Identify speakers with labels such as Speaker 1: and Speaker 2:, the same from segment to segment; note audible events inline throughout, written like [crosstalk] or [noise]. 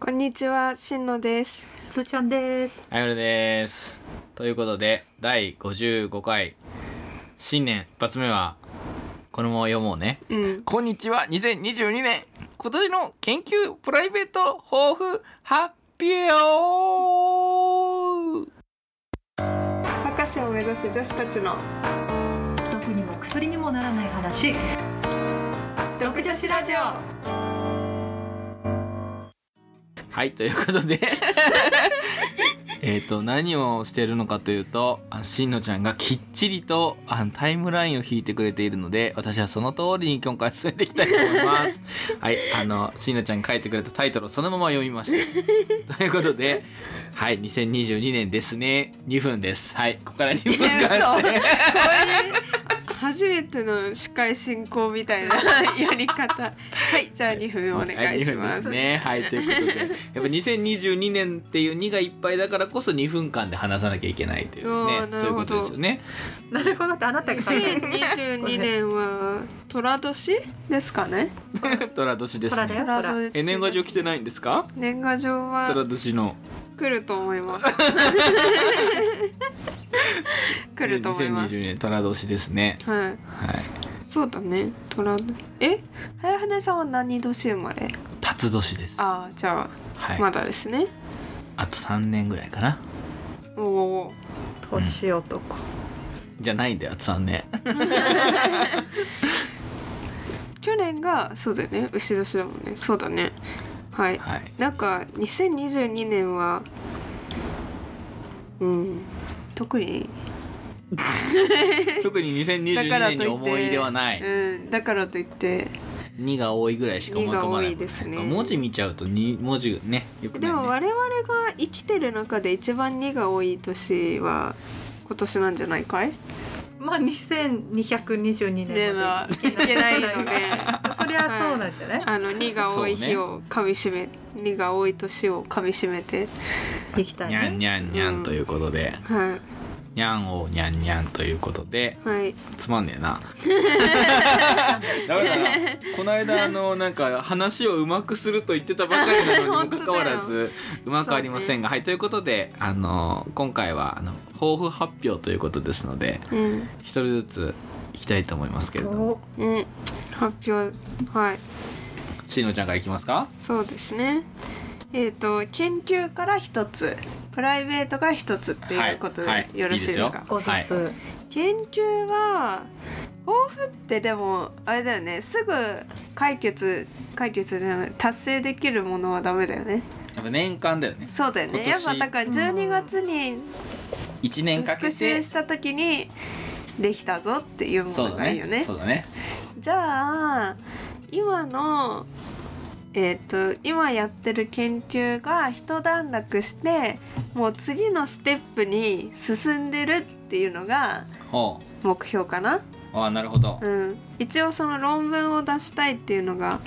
Speaker 1: こんにちは、しんのです。
Speaker 2: つーちゃんです。
Speaker 3: はい、俺です。ということで、第55回、新年一発目は、このまま読もうね。
Speaker 1: うん、
Speaker 3: こんにちは、2022年、今年の研究プライベート抱負発表
Speaker 1: 博士を目指す女子たちの
Speaker 2: 毒にも薬にもならない話。
Speaker 1: 独女子ラジオ。
Speaker 3: はい、ということで、 [laughs] えっと、何をしてるのかというと、あのしんのちゃんがきっちりとあのタイムラインを引いてくれているので、私はその通りに今回進めていきたいと思います。
Speaker 1: [laughs]
Speaker 3: はい、あの、しんのちゃんが書いてくれたタイトルをそのまま読み
Speaker 1: [laughs]
Speaker 3: ました。ということで、はい、2022年ですね。2分です。はい、ここから2分間ですね。
Speaker 1: 初めての司会進行みたいな [laughs] やり方。はい、じゃあ2分お願いしま
Speaker 3: はい、2分です
Speaker 1: す。
Speaker 3: ね。はい、ということで、やっぱ2022年っていう2がいっぱいだからこそ2分間で話さなきゃいけないというです
Speaker 1: あー
Speaker 3: ね。
Speaker 1: な
Speaker 3: そうい
Speaker 1: る
Speaker 3: う
Speaker 1: ほ
Speaker 3: こ
Speaker 1: ど
Speaker 3: とですよね。
Speaker 2: なるほどってあなたが書いた。 [laughs]
Speaker 1: 2022年は寅年ですかね。
Speaker 3: [laughs] 虎年です、
Speaker 2: 虎だよ
Speaker 3: ね。
Speaker 1: 寅年です。
Speaker 3: え、年賀状来てないんですか？
Speaker 1: 年賀状は
Speaker 3: 虎年の。
Speaker 1: 来ると思い [laughs] ます。来ると思います
Speaker 3: 2020。年虎年ですね。
Speaker 1: はい。
Speaker 3: はい。
Speaker 1: そうだね。虎年。え、早花さんは何年生まれ？
Speaker 3: 辰年です。は
Speaker 1: ああ、じゃあ
Speaker 3: い。
Speaker 1: まだですね。
Speaker 3: あと3年ぐらいかな。
Speaker 1: おおー。
Speaker 2: 年男。
Speaker 3: じゃないんだよ、あと3年。
Speaker 1: 去年がそうだよね牛年だもんねそうだねはい、
Speaker 3: はい。
Speaker 1: なんか2022年はうん特に
Speaker 3: 特に
Speaker 1: だ
Speaker 3: 2022
Speaker 1: からといって
Speaker 3: 年に思い入れはない。
Speaker 1: うん、だからといって
Speaker 3: 2が多いぐらいしか思い浮かばな
Speaker 1: 二が
Speaker 3: い。
Speaker 1: 多いですね
Speaker 3: なんか文字見ちゃうと2文字ね、よくない、ね。
Speaker 1: でも我々が生きてる中で一番2が多い年は今年なんじゃないかい
Speaker 2: まあ2222年
Speaker 1: ではいけないの
Speaker 2: [laughs]
Speaker 1: で
Speaker 2: そりゃそうなんじゃない？
Speaker 1: あの2が多い日をかみしめ、2が多い年をかみしめて
Speaker 2: できた
Speaker 3: にゃ
Speaker 2: ね。
Speaker 3: んにゃんにゃんということで、
Speaker 1: は
Speaker 3: にゃんをにゃんにゃんということで、
Speaker 1: いはい
Speaker 3: つまんねえな。だからこの間あのなんか話をうまくすると言ってたばかりなのにもかかわ [laughs] らずうまくありませんが、はいということであの今回はあの抱負発表ということですので
Speaker 1: うん
Speaker 3: 一人ずついきたいと思いますけれども
Speaker 2: お
Speaker 1: うん発表はい
Speaker 3: しのちゃんからいきますか
Speaker 1: そうですね。えっ、と研究から一つ、プライベートから一つっていうこと
Speaker 3: は
Speaker 1: で
Speaker 3: い
Speaker 1: よろしいですか。
Speaker 3: いいですよ
Speaker 2: 五月、
Speaker 3: はい
Speaker 1: 研究は抱負ってでもあれだよね。すぐ解決解決じゃない達成できるものはダメだよね。
Speaker 3: やっぱ年間だよね
Speaker 1: そうだよね。
Speaker 3: 今
Speaker 1: やっ
Speaker 3: 年
Speaker 1: ぱだから12月に
Speaker 3: 一年かけ
Speaker 1: 復習
Speaker 3: て
Speaker 1: した時にできたぞっていうも
Speaker 3: そう
Speaker 1: の
Speaker 3: だ
Speaker 1: がいいよ
Speaker 3: ね
Speaker 1: ね。
Speaker 3: そうだね
Speaker 1: じゃあ今のえっ、と今やってる研究が一段落してもう次のステップに進んでるっていうのが
Speaker 3: ほう
Speaker 1: 目標かな、
Speaker 3: ああなるほど
Speaker 1: うん、一応その論文を出したいっていうのが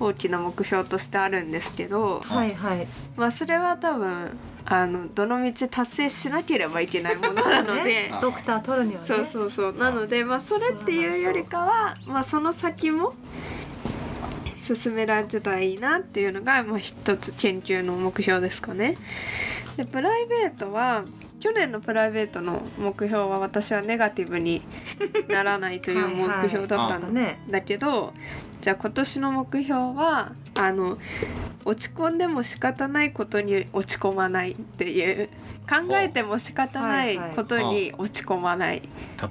Speaker 1: 大きな目標としてあるんですけど、
Speaker 2: はいはい。
Speaker 1: まあ、それは多分あのどの道達成しなければいけないものなので
Speaker 2: [laughs] ね。ドクター取るにはね。
Speaker 1: そうそうそうなのでまあそれっていうよりかは、まあ、その先も進められてたらいいなっていうのが、まあ、一つ研究の目標ですかね。でプライベートは去年のプライベートの目標は私はネガティブにならないという目標だった
Speaker 2: だ
Speaker 1: ん
Speaker 2: ね。
Speaker 1: [laughs] だけどじゃあ今年の目標はあの落ち込んでも仕方ないことに落ち込まないっていう考えても仕方ない
Speaker 2: はいはい
Speaker 1: ことに落ち込まない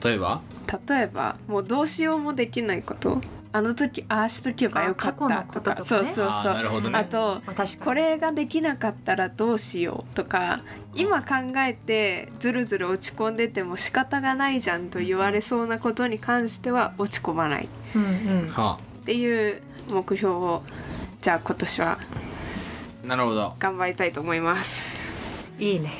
Speaker 3: 例えば
Speaker 1: 例えばもうどうしようもできないことあの時ああしとけばよかっ
Speaker 2: あ過去
Speaker 1: た
Speaker 2: のこと
Speaker 1: と
Speaker 2: とか
Speaker 1: か
Speaker 2: ね
Speaker 1: そうそう
Speaker 3: あ
Speaker 1: そ
Speaker 3: ーな
Speaker 1: う
Speaker 3: るほど
Speaker 1: あ
Speaker 3: ね
Speaker 1: と
Speaker 2: まあ確かに。
Speaker 1: これができなかったらどうしようとか今考えてずるずる落ち込んでても仕方がないじゃんと言われそうなことに関しては落ち込まないっ
Speaker 2: うんうん。
Speaker 3: は
Speaker 1: ていう目標をじゃあ今年は
Speaker 3: あなるほど
Speaker 1: 頑張りたいと思います。
Speaker 2: いいね。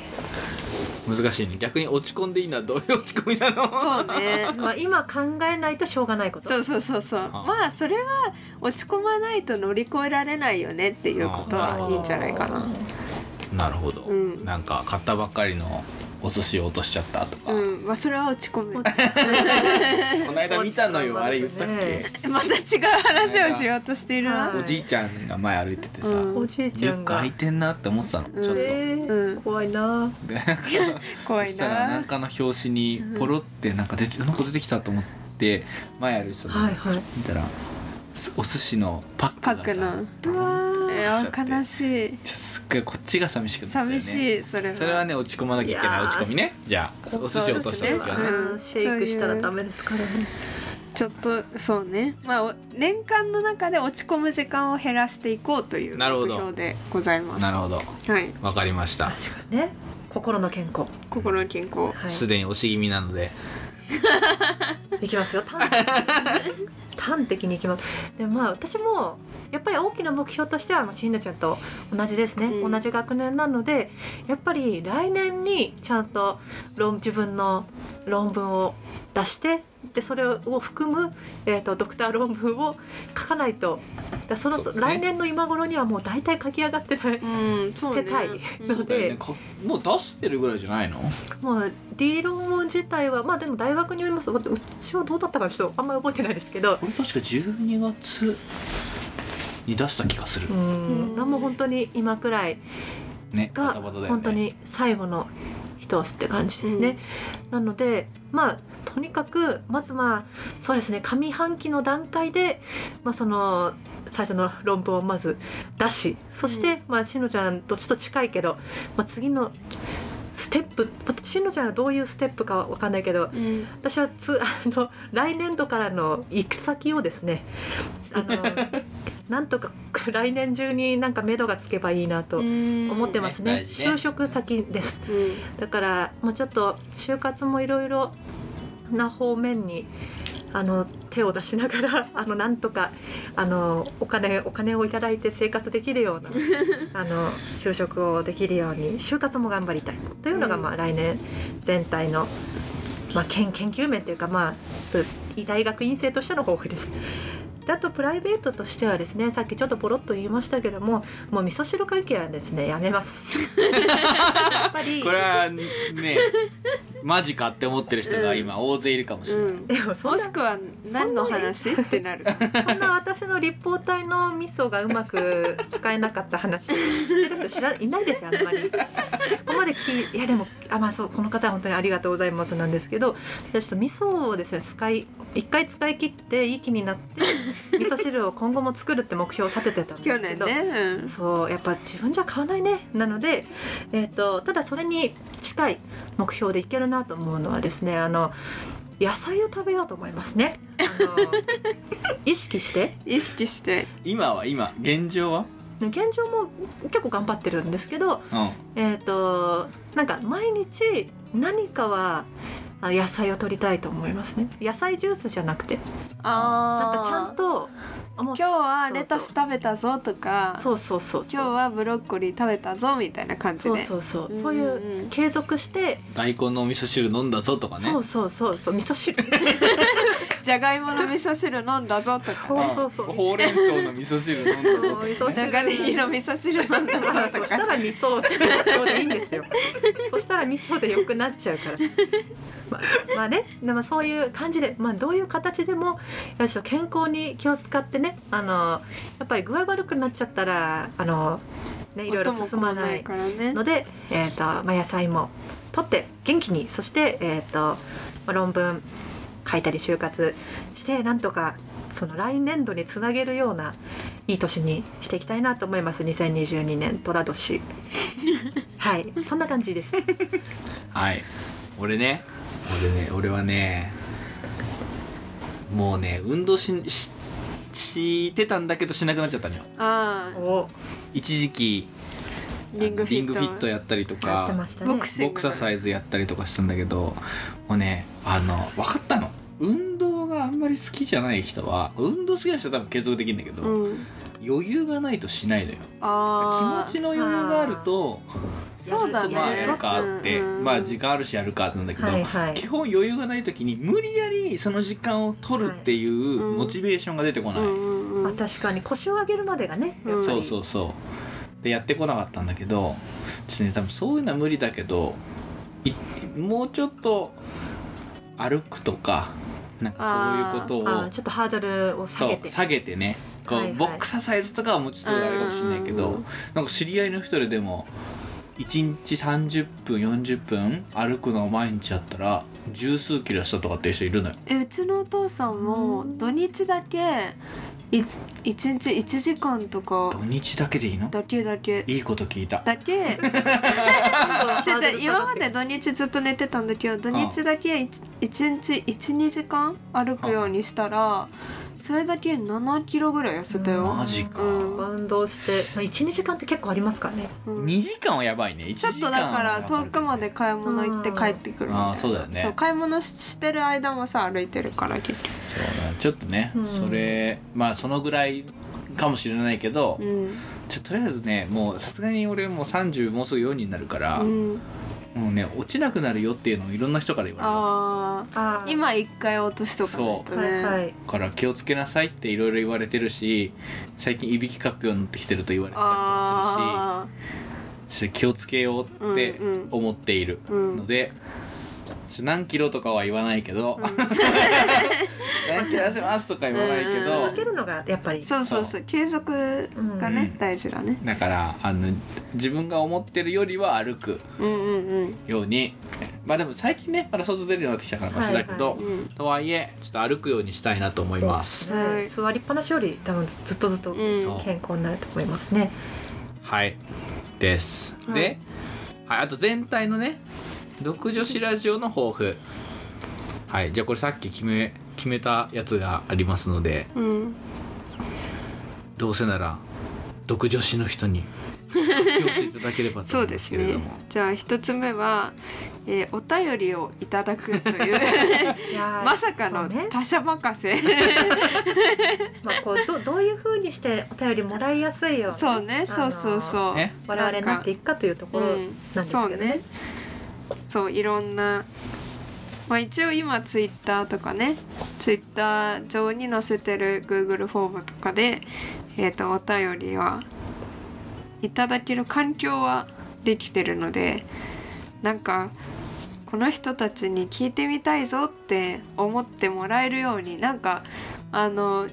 Speaker 3: 難しいね逆に落ち込んでいいのはどういう落ち込みなの
Speaker 1: そうね
Speaker 2: まあ今考えないとしょうがないこと。
Speaker 1: そうそうそうそう、
Speaker 3: あ
Speaker 1: まあそれは落ち込まないと乗り越えられないよねっていうこと
Speaker 3: あ
Speaker 1: はいいんじゃないかな。
Speaker 3: なるほど、
Speaker 1: うん
Speaker 3: なんか買ったばっかりのお寿司を落としちゃったとか、
Speaker 1: うんまあそれは落ち込
Speaker 3: [laughs]
Speaker 1: む
Speaker 3: この間見たのよあれ言ったっけ、
Speaker 1: また違う話をしようとしているな
Speaker 2: はい
Speaker 3: おじいちゃんが前歩いててさ、
Speaker 1: うん
Speaker 2: おじいち
Speaker 3: リュ
Speaker 2: ゃ
Speaker 3: ッ
Speaker 2: ん
Speaker 3: ク
Speaker 2: が
Speaker 3: 開いてんなって思ってたの、ちょっと。で
Speaker 2: えー
Speaker 1: うん
Speaker 2: 怖いな
Speaker 3: なんか
Speaker 1: 怖
Speaker 3: そ
Speaker 1: い
Speaker 3: したらな
Speaker 1: なん
Speaker 3: かの表紙にポロってなんか出て、なんか出てきたと思って前歩いてたの、
Speaker 2: はいはい
Speaker 3: 見たらすお寿司のパック
Speaker 1: パ
Speaker 3: がさ
Speaker 1: ックの
Speaker 2: うわ
Speaker 1: い
Speaker 2: ー
Speaker 1: や悲しい
Speaker 3: ちょすっごいこっちが寂しくなったよね
Speaker 1: 寂しいそれは
Speaker 3: それはね落ち込まなきゃいけない
Speaker 2: いやー
Speaker 3: 落ち込みねじゃあお寿司を落とした時はね
Speaker 1: ね
Speaker 2: うんシェイクしたらダメですからね
Speaker 1: ちょっとそうねまあお年間の中で落ち込む時間を減らしていこうという
Speaker 3: なるほ
Speaker 1: 目
Speaker 3: ど
Speaker 1: 標でございま
Speaker 3: なるほど
Speaker 1: すはい
Speaker 3: わかりました
Speaker 2: 確かにね心の健康
Speaker 1: 心の健康
Speaker 2: はい
Speaker 3: すでに押し気味なので
Speaker 2: いきますよ端 [laughs] 端的にいきますでまあ私もやっぱり大きな目標としてはまあ椎名ちゃんと同じですね、
Speaker 1: うん
Speaker 2: 同じ学年なのでやっぱり来年にちゃんと論自分の論文を出してでそれを含む、えー、とドクター論文を書かないとだその
Speaker 3: そうですね
Speaker 2: 来年の今頃にはもう大体書き上がってない
Speaker 1: うんそうね
Speaker 2: 出たい
Speaker 1: うん
Speaker 2: そうだよね
Speaker 3: かもう出してるぐらいじゃないの
Speaker 2: もう D 論文自体はまあでも大学によりますうちはどうだったかちょっとあんまり覚えてないですけど
Speaker 3: これ確か12月に出した気がする
Speaker 2: う
Speaker 1: うん
Speaker 2: ん何も本当に今くらい
Speaker 3: ね
Speaker 2: が
Speaker 3: バタバタだよね
Speaker 2: 本当に最後の一押しって感じですね、なのでまあとにかくまずまあそうですね上半期の段階で、まあ、その最初の論文をまず出しそして、
Speaker 1: うん
Speaker 2: まあしのちゃんとちょっと近いけど、まあ、次のステップまあしのちゃんはどういうステップかは分かんないけど
Speaker 1: うん
Speaker 2: 私はつあの来年度からの行き先をですねあのなんとか来年中になんか目処がつけばいいなと
Speaker 1: うん
Speaker 2: 思ってますね
Speaker 3: 大事ね
Speaker 2: 就職先です
Speaker 1: うん
Speaker 2: だからもうちょっと就活もいろいろな方面にあの手を出しながら [laughs] あのなんとかあのお金お金をいただいて生活できるようなあの就職をできるように就活も頑張りたいというのが、
Speaker 1: うん
Speaker 2: まあ、来年全体の、まあ、研研究面というか、まあ、ぶ大学院生としての抱負です。であとプライベートとしてはですねさっきちょっとポロッと言いましたけどももう味噌汁会計はですねやめます。やっぱり
Speaker 3: これ
Speaker 2: [laughs]
Speaker 3: はねマジかって思ってる人が今大勢いるかもしれない、
Speaker 1: うん
Speaker 2: でもそん
Speaker 1: も
Speaker 2: な
Speaker 1: しくは何の話ってな
Speaker 3: [laughs]
Speaker 1: る
Speaker 2: そんな私の立方体の味噌がうまく使えなかった話知ってる人知らいないですよあんまりそこまできいやでもあまあそうこの方は本当にありがとうございますなんですけど私ちょっと味噌をですね使い一回使い切っていい気になって味噌汁を今後も作るって目標を立ててたんで
Speaker 1: [laughs] 去
Speaker 2: すけ
Speaker 1: 年
Speaker 2: ど
Speaker 1: ねうん
Speaker 2: そうやっぱ自分じゃ買わないねなので、えー、とただそれに近い目標でいけるなと思うのはですねあの野菜を食べようと思いますねあの
Speaker 1: [laughs]
Speaker 2: 意識して
Speaker 1: 意識して
Speaker 3: 今は今現状は
Speaker 2: 現状も結構頑張ってるんですけど
Speaker 3: うん
Speaker 2: えっ、となんか毎日何かはあ野菜を取りたいと思いますね野菜ジュースじゃなくて
Speaker 1: あ
Speaker 2: な
Speaker 1: ー
Speaker 2: んかちゃんとあもう
Speaker 1: 今日はレタス食べたぞとか
Speaker 2: そうそうそう
Speaker 1: 今日はブロッコリー食べたぞみたいな感じ
Speaker 2: そう
Speaker 1: で
Speaker 2: そうそう
Speaker 1: うんうんうん
Speaker 2: そういう継続して
Speaker 3: 大根のお味噌汁飲んだぞとかね
Speaker 2: そうそうそうそう味噌汁
Speaker 1: じゃがいもの味噌汁飲んだぞとか
Speaker 2: [laughs] そう
Speaker 1: ね
Speaker 3: あほうれん草の味噌汁飲んだぞとかね
Speaker 1: 長ネギの味噌汁飲んだぞ
Speaker 2: そ
Speaker 1: と
Speaker 2: し
Speaker 1: か
Speaker 2: たら味噌でいいんですよ。そしたら味噌で良くなっちゃうから。まあ、まあね、まあそういう感じで、まあどういう形でも、やっぱ健康に気を使ってね、あのやっぱり具合悪くなっちゃったらあのねいろいろ
Speaker 1: 音も
Speaker 2: 進まない
Speaker 1: からね
Speaker 2: ので、えーとまあ、野菜も取って元気にそして、えーとまあ、論文書いたり就活してなんとかその来年度につなげるようないい年にしていきたいなと思います2022年
Speaker 1: [laughs]
Speaker 2: 寅年はいそんな感じです
Speaker 3: はい俺ね俺ね俺はねもうね運動しししてたんだけどしなくなっちゃったのよ
Speaker 1: [laughs] ああ
Speaker 2: お
Speaker 3: 一時期あの
Speaker 1: リングフィット
Speaker 3: やったりとか
Speaker 2: やってましたね
Speaker 1: ボクシ
Speaker 3: ボクサーサイズやったりとかしたんだけどもうねあの分かったの運動があんまり好きじゃない人は運動好きな人は多分継続できるんだけど、
Speaker 1: うん
Speaker 3: 余裕がないとしないのよ
Speaker 1: ああ
Speaker 3: 気持ちの余裕があると
Speaker 1: そうだね
Speaker 3: まあやるかって、
Speaker 1: うんうん
Speaker 3: まあ時間あるしやるかってなんだけど、
Speaker 2: はいはい
Speaker 3: 基本余裕がない時に無理やりその時間を取るってい
Speaker 1: はいう
Speaker 3: うんモチベーションが出てこない、
Speaker 1: うんうんう
Speaker 2: まあ
Speaker 1: ん
Speaker 2: 確かに腰を上げるまでがねやっぱり
Speaker 3: そうそうそうでやってこなかったんだけどちょっとね多分そういうのは無理だけどいもうちょっと歩くとかなんかそういうこと
Speaker 2: あ
Speaker 3: を
Speaker 2: ーちょっとハードルを下
Speaker 3: そ
Speaker 2: げ
Speaker 3: う
Speaker 2: て
Speaker 3: 下げてねこう、
Speaker 2: はいはい
Speaker 3: ボクササイズとかはもうちょっとあれかもしれないけ
Speaker 1: うんうんう
Speaker 3: どなんか知り合いの人ででも1日30分40分歩くのを毎日やったら十数キロしたとかっていう人いるのよ
Speaker 1: えうちのお父さんも土日だけい一日1時間と
Speaker 3: 土
Speaker 1: か
Speaker 3: 日だけでいいの
Speaker 1: だけだけ
Speaker 3: いいこと聞いた
Speaker 1: だけじゃじゃ今まで土日ずっと寝てたんだけど土日だけ一一日12時間歩くようにしたらそれだけ7キロぐらい痩せたよ
Speaker 3: マ。ジか、
Speaker 1: うん
Speaker 2: バウンドをして、まあ、12時間って結構ありますからね
Speaker 1: うん
Speaker 3: 2時間はやばいね1時
Speaker 1: ちょ
Speaker 3: 間
Speaker 1: っとだから遠くまで買い物行って帰ってくるみたいな
Speaker 3: あーそうだよね
Speaker 1: そう買い物ししてる間もさ歩いてるから結局
Speaker 3: そうだねちょっとね、
Speaker 2: うん
Speaker 3: それまあそのぐらいかもしれないけど、
Speaker 1: うん
Speaker 3: ちょとりあえずねもうさすがに俺もう30もうすぐ4になるから、
Speaker 1: うん
Speaker 3: もうね落ちなくなるよっていうのをいろんな人から言われる
Speaker 1: ああ
Speaker 2: あ
Speaker 1: 今一回落としとかないと
Speaker 2: は
Speaker 1: ね、
Speaker 2: いはい
Speaker 3: だから気をつけなさいっていろいろ言われてるし最近いびきかくようになってきてると言われたりとか
Speaker 1: あ
Speaker 3: するしちょっと気をつけようって
Speaker 1: うんうん
Speaker 3: 思っている
Speaker 1: うん
Speaker 3: ので、ちょ何キロとかは言わないけど、 [laughs] 何キロ痩せますとか言わないけど、
Speaker 2: 続けるのがやっぱり
Speaker 1: あそうそうそう継続がね、
Speaker 3: うん
Speaker 1: 大事だね
Speaker 3: だからあの自分が思ってるよりは歩く
Speaker 1: うんうんうん
Speaker 3: ようにまあでも最近ねまだ外出るようになってきたからマシだけど、
Speaker 2: はい
Speaker 1: はいうん
Speaker 3: とはいえちょっと歩くようにしたいなと思います、
Speaker 1: はい
Speaker 2: はい座りっぱなしより多分ずっとずっと
Speaker 1: うん
Speaker 3: そう
Speaker 2: 健康になると思いますね。
Speaker 3: はいです、
Speaker 1: はい
Speaker 3: で、はい、あと全体のね独女子ラジオの抱負はいじゃあこれさっき決め決めたやつがありますので
Speaker 1: うん
Speaker 3: どうせなら独女子の人に発表していただければと
Speaker 1: そ
Speaker 3: 思
Speaker 1: う
Speaker 3: うん
Speaker 1: で
Speaker 3: です
Speaker 1: す
Speaker 3: けれ
Speaker 1: ね
Speaker 3: ども、
Speaker 1: じゃあ一つ目は、えーお便りをいただくと
Speaker 2: [laughs]
Speaker 1: いう [laughs]
Speaker 2: いやー
Speaker 1: まさかの
Speaker 2: そうね、
Speaker 1: 他者任せ
Speaker 2: まあこうど [laughs] どういう風にしてお便りもらいやすいように
Speaker 1: そうねそうそう
Speaker 2: う。
Speaker 1: そう、
Speaker 3: ね
Speaker 2: 我々になっていくかというところなんですけど
Speaker 1: うんそうね
Speaker 2: ね。
Speaker 1: そういろんな、まあ、一応今ツイッターとかねツイッター上に載せてる Google フォームとかで、えー、とお便りはいただける環境はできてるのでなんかこの人たちに聞いてみたいぞって思ってもらえるようになんかあの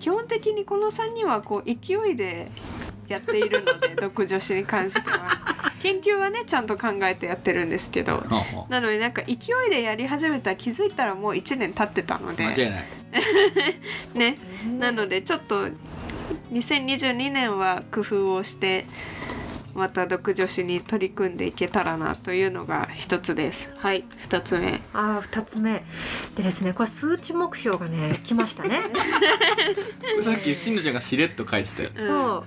Speaker 1: 基本的にこの3人はこう勢いでやっているので独女子に関しては研究はねちゃんと考えてやってるんですけど
Speaker 3: ほうほ
Speaker 1: なのでなんか勢いでやり始めたら気づいたらもう1年経ってたの
Speaker 3: う間違
Speaker 1: で
Speaker 3: いない
Speaker 1: ねなのでちょっと2022年は工夫をしてまた独女子に取り組んでいけたらなというのが一つですはい二つ目
Speaker 2: ああ二つ目でですねこれ数値目標が
Speaker 1: [laughs]
Speaker 2: ね来ましたね。
Speaker 3: これさっきしんのちゃんがしれっと書いてたよ
Speaker 1: うん
Speaker 2: そ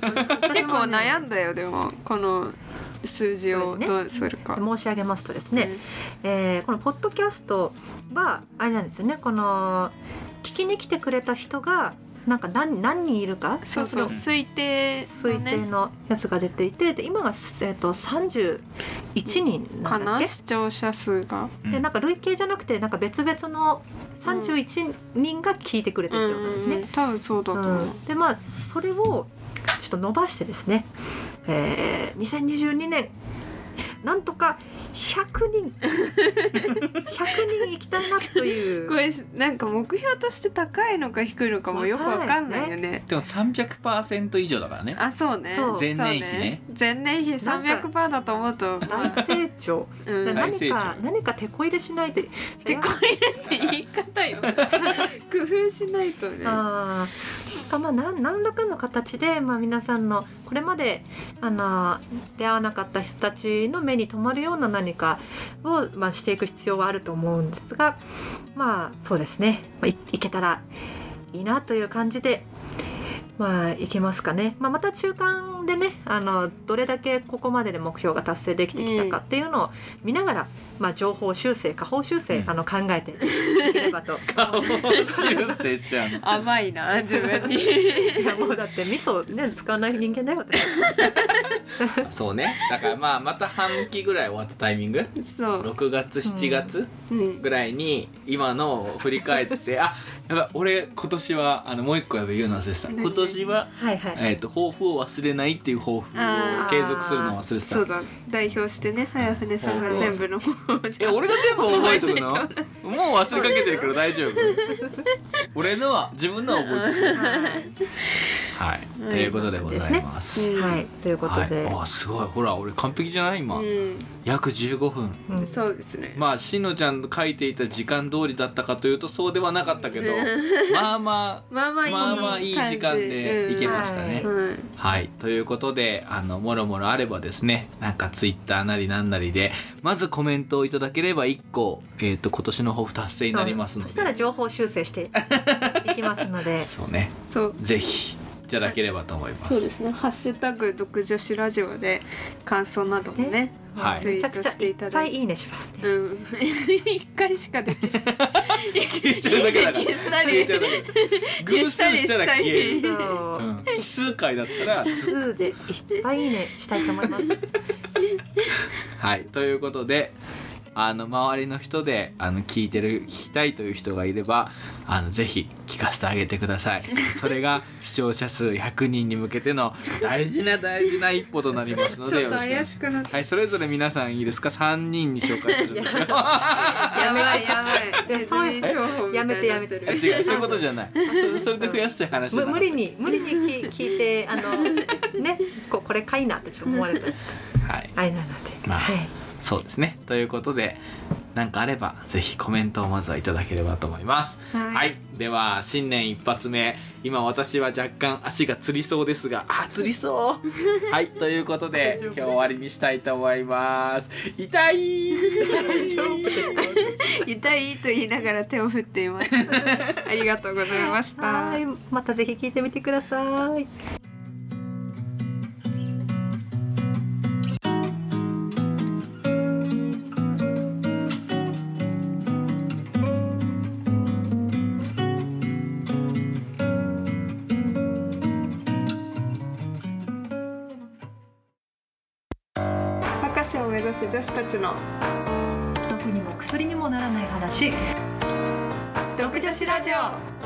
Speaker 2: う
Speaker 1: 結構悩
Speaker 2: ん
Speaker 1: んだよでもこの数字をどうするか。
Speaker 2: 申し上げますとですね、えーこのポッドキャストはあれなんですよねこの聞きに来てくれた人がなんか何何人いるか
Speaker 1: そうそう
Speaker 2: そ
Speaker 1: 推定
Speaker 2: の
Speaker 1: の
Speaker 2: 推
Speaker 1: ね
Speaker 2: 定のやつが出ていてで今が、えー、と31人な
Speaker 1: か
Speaker 2: んだっ
Speaker 1: な
Speaker 2: け
Speaker 1: 視聴者数が。
Speaker 3: うん
Speaker 2: でなんか累計じゃなくてなんか別々の31人が聞いてくれてるってことですね。
Speaker 1: 多分そうだと思う。
Speaker 2: うんでまあそれをちょっと伸ばしてですね、えー、2022年なんとか100人 [laughs] 100人行きたいなという
Speaker 1: これなんか目標として高いのか低いのかもよくわかんないよね。
Speaker 3: でも300%以上だからね
Speaker 1: あそうね
Speaker 2: そう
Speaker 1: そう
Speaker 3: 前年比ね
Speaker 1: 前年比
Speaker 2: なんか
Speaker 1: 300パーだと思うと、ま
Speaker 2: 大
Speaker 1: あ
Speaker 2: 成長
Speaker 1: うん、
Speaker 2: だ
Speaker 1: っ
Speaker 2: か
Speaker 1: て
Speaker 2: ら
Speaker 3: 大成
Speaker 2: 何
Speaker 3: 長
Speaker 2: か何か手こ入れしない
Speaker 1: こ
Speaker 2: と
Speaker 1: いれって言い方よ工夫しないとね
Speaker 2: あーかまあ何何らかの形で、まあ、皆さんのこれまであの出会わなかった人たちの目に留まるような何かを、まあ、していく必要はあると思うんですがまあそうですね、まあ、いいけたらいいなという感じで。まあ、いきますかね、まあ、また中間でねあのどれだけここまでで目標が達成できてきたかっていうのを見ながら、まあ、情報修正下方修正、
Speaker 3: うん
Speaker 2: あの考えていければと
Speaker 3: 顔 [laughs] 修正しちゃう
Speaker 1: [laughs]
Speaker 3: の
Speaker 1: 甘いな自分に
Speaker 2: [laughs] いやもうだって味噌ね使わない人間だよ私
Speaker 3: そうねだからまあまた半期ぐらい終わったタイミング
Speaker 1: そう、
Speaker 3: 6月7月
Speaker 1: うん、
Speaker 3: ぐらいに今のを振り返って、あやばい俺今年はあのもう一個やばい言うの忘れてた
Speaker 1: 何
Speaker 3: 今年は、
Speaker 2: はいはい、
Speaker 3: えー、と抱負を忘れないっていう抱負を継続するのを忘れて
Speaker 1: そう
Speaker 3: た
Speaker 1: だ代表してね早船さんが全部の方をじ
Speaker 3: え
Speaker 1: ゃあ
Speaker 3: 俺が全部覚えてる
Speaker 1: [laughs]
Speaker 3: の
Speaker 1: 忘れ
Speaker 3: もう忘れかけてるから
Speaker 1: [laughs]
Speaker 3: 大丈夫俺のは自分のは覚えてるはい、ということでございます
Speaker 1: うん
Speaker 2: はい、ということで、
Speaker 3: はい、あすごいほら俺完璧じゃない今、
Speaker 1: う
Speaker 3: 約15分
Speaker 2: うん
Speaker 1: んそうですね
Speaker 3: まあしのちゃんの書いていた時間通りだったかというとそうではなかったけど [laughs] まあまあ
Speaker 1: まあまあいい
Speaker 3: まあまあいい時間でいけましたね、
Speaker 2: う
Speaker 1: はい
Speaker 3: はいということであのもろもろあればですねなんかツイッターなりなんなりでまずコメントをいただければ1個、えー、と今年の抱負達成になりますの
Speaker 2: そ
Speaker 3: で
Speaker 2: したら情報修正していきますので
Speaker 3: そうね
Speaker 1: そう
Speaker 3: ぜひいただければと思います
Speaker 1: そうですね「ハッシュタグ独女子ラジオ」で感想などもね
Speaker 3: [laughs] はい
Speaker 1: ツイ
Speaker 2: めちゃ
Speaker 1: ート
Speaker 2: くちゃ
Speaker 1: して
Speaker 2: い
Speaker 1: い
Speaker 2: ったぱ
Speaker 1: だ
Speaker 2: い
Speaker 1: いて
Speaker 2: いいねしますね、
Speaker 1: うん [laughs] 一回しか出て
Speaker 3: 消えちゃうだけだから
Speaker 1: 消したり
Speaker 3: 消えちゃうだけ偶数したら消える
Speaker 1: 消したりしたり
Speaker 2: そう
Speaker 3: うん奇数回だったらつ
Speaker 2: 数でいっぱいいいねしたいと思
Speaker 3: [laughs]
Speaker 2: います。
Speaker 3: はいということであの周りの人であの聞いてる聞きたいという人がいればあのぜひ聞かせてあげてくださいそれが視聴者数100人に向けての大事な大事な一歩となりますので
Speaker 1: ちょ
Speaker 3: よ
Speaker 1: っと
Speaker 3: ろしくお願い
Speaker 1: 怪
Speaker 3: し
Speaker 1: し
Speaker 3: ます
Speaker 1: くなって
Speaker 3: はいそれぞれ皆さんいいですか3人に紹介するんですよ
Speaker 1: やばいやばい
Speaker 2: でそう
Speaker 1: ネズミ商法みたい
Speaker 2: や
Speaker 1: にな
Speaker 2: めてやめて
Speaker 3: 違うそういうことじゃないそそれで増やして話じゃ
Speaker 2: む無
Speaker 3: なかった
Speaker 2: 理に無理に聞聞いてあのねここれかいなってちょっと思われたり
Speaker 3: [laughs]
Speaker 2: して
Speaker 3: はい
Speaker 2: あれなので、
Speaker 3: まあ
Speaker 2: はい
Speaker 3: そうですねということで何かあればぜひコメントをまずはいただければと思いますは、
Speaker 1: はいい
Speaker 3: では新年一発目今私は若干足がつりそうですがあつりそう [laughs] はいということで今日終わりにしたいと思います痛い大丈夫
Speaker 1: 痛いと言いながら手を振っています [laughs] ありがとうございました
Speaker 2: はいまたぜひ聞いてみてください。
Speaker 1: 博士を目指す女子たちの
Speaker 2: 毒にも薬にもならない話。
Speaker 1: 独女子ラジオ